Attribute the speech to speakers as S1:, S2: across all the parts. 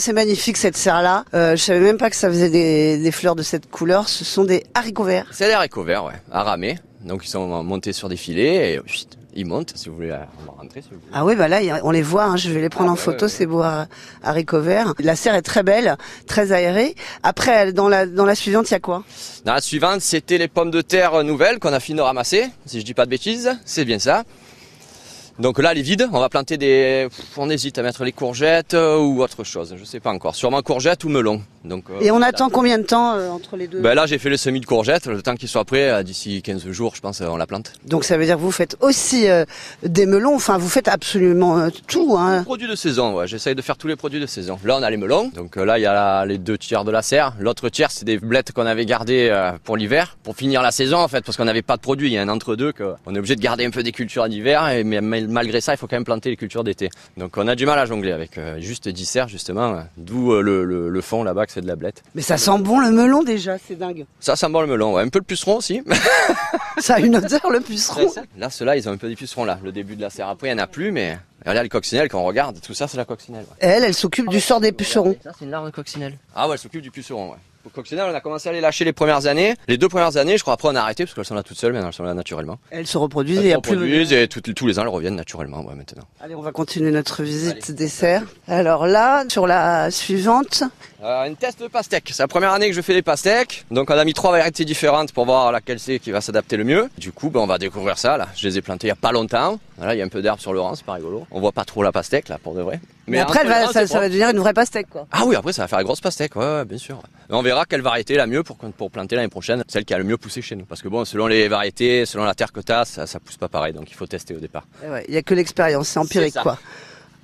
S1: C'est magnifique cette serre-là. Euh, je savais même pas que ça faisait des, des fleurs de cette couleur. Ce sont des haricots verts.
S2: C'est des haricots verts, ouais, à ramer. Donc ils sont montés sur des filets et chut, ils montent. Si vous voulez, euh, on va rentrer. Si vous voulez.
S1: Ah oui, bah là, y a- on les voit. hein. Je vais les prendre
S2: Ah
S1: en
S2: bah
S1: photo,
S2: ouais,
S1: ces beaux har- haricots verts. La serre est très belle, très aérée. Après, dans la, dans la suivante, il y a quoi
S2: Dans la suivante, c'était les pommes de terre nouvelles qu'on a fini de ramasser. Si je dis pas de bêtises, c'est bien ça. Donc là, elle est vide. On va planter des. pff, On hésite à mettre les courgettes euh, ou autre chose. Je sais pas encore. Sûrement courgettes ou melon. Donc. euh,
S1: Et on
S2: voilà.
S1: attend combien de temps euh, entre les deux
S2: Ben là, j'ai fait le semis de courgettes. Le temps qu'il soit prêt, euh, d'ici 15 jours, je pense, euh, on la plante.
S1: Donc ça veut dire que vous faites aussi euh, des melons. Enfin, vous faites absolument euh, tout. Hein.
S2: Produits de saison, ouais. J'essaye de faire tous les produits de saison. Là, on a les melons. Donc euh, là, il y a la- les deux tiers de la serre. L'autre tiers, c'est des blettes qu'on avait gardées euh, pour l'hiver, pour finir la saison en fait, parce qu'on n'avait pas de produits. Il y a un entre-deux qu'on est obligé de garder un peu des cultures d'hiver, et mais mais malgré ça, il faut quand même planter les cultures d'été. Donc on a du mal à jongler avec euh, juste 10 serres justement, euh, d'où euh, le, le- le fond là-bas que c'est de la blette.
S1: Mais ça sent bon le melon déjà, c'est dingue.
S2: Ça, ça me le melon, ouais. un peu le puceron aussi.
S1: Ça a une odeur le puceron.
S2: Là, ceux-là, ils ont un peu des pucerons là, le début de la serre. Après, il n'y en a plus, mais regarde les coccinelles qu'on regarde, tout ça, c'est la coccinelle. ouais.
S1: Elle, elle s'occupe du sort des pucerons.
S2: Ça, c'est une larve de coccinelle. Ah ouais, elle s'occupe du puceron, ouais. Au coccinelle, on a commencé à les lâcher les premières années. Les deux premières années, je crois, après on a arrêté parce qu'elles sont là toutes seules, maintenant elles sont là naturellement.
S1: Elles se reproduisent.
S2: Elles
S1: il y
S2: se
S1: a plus
S2: reproduisent et toutes- tous les ans elles reviennent naturellement, ouais, maintenant.
S1: Allez, on va continuer notre visite
S2: Allez.
S1: des serres. Alors là, sur la suivante,
S2: Euh, une test de pastèque. C'est la première année que je fais les pastèques. Donc on a mis trois variétés différentes pour voir laquelle c'est qui va s'adapter le mieux. Du coup, ben, on va découvrir ça, là. Je les ai plantées il n'y a pas longtemps. Voilà, il y a un peu d'herbe sur le rang, c'est pas rigolo. On voit pas trop la pastèque, là, pour de vrai.
S1: mais après, elle
S2: entre
S1: va-
S2: le rang,
S1: ça,
S2: c'est
S1: ça va devenir une vraie pastèque, quoi.
S2: Ah oui, après ça va faire la grosse pastèque, ouais, ouais, bien sûr. Et on verra quelle variété est la mieux pour, qu'on- pour planter l'année prochaine, celle qui a le mieux poussé chez nous. Parce que bon, selon les variétés, selon la terre que t'as, ça, ça pousse pas pareil, donc il faut tester au départ.
S1: Eh ouais, Il y a que l'expérience, c'est empirique,
S2: C'est ça.
S1: quoi.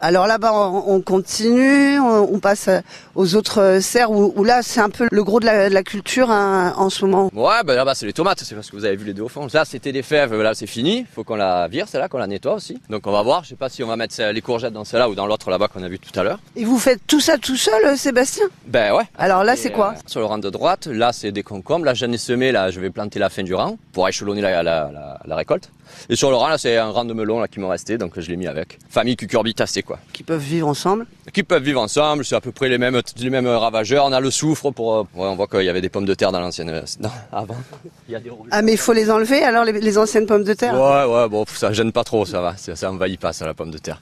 S1: Alors là-bas, on, on continue, on, on passe euh, aux autres euh, serres où, où là, c'est un peu le gros de la, de la culture hein, en ce moment.
S2: Ouais, ben là-bas c'est les tomates, c'est parce que vous avez vu les deux au fond. Là c'était des fèves, là c'est fini, faut qu'on la vire celle-là, qu'on la nettoie aussi. Donc on va voir, je sais pas si on va mettre ça- les courgettes dans celle-là ou dans l'autre là-bas qu'on a vu tout à l'heure.
S1: Et vous faites tout ça tout seul, euh, Sébastien
S2: Ben ouais.
S1: Alors là, c'est
S2: Et,
S1: quoi
S2: euh, Sur le rang de droite, là c'est des concombres, là j'en ai semé, là je vais planter la fin du rang pour échelonner la, la- la- la récolte. Et sur le rang là c'est un rang de melon là qui me restait, donc je l'ai mis avec. Famille cucurbitacée quoi.
S1: Qui peuvent vivre ensemble.
S2: qui peuvent vivre ensemble, c'est à peu près les mêmes, les mêmes ravageurs. On a le soufre pour. euh, ouais, on voit qu'il y avait des pommes de terre dans l'ancienne. euh, dans- avant. Il y a des rouges.
S1: Ah, mais il faut les enlever alors, les, les anciennes pommes de terre
S2: Ouais, ouais, bon, ça gêne pas trop, ça va. Ça, ça envahit pas, ça, la pomme de terre.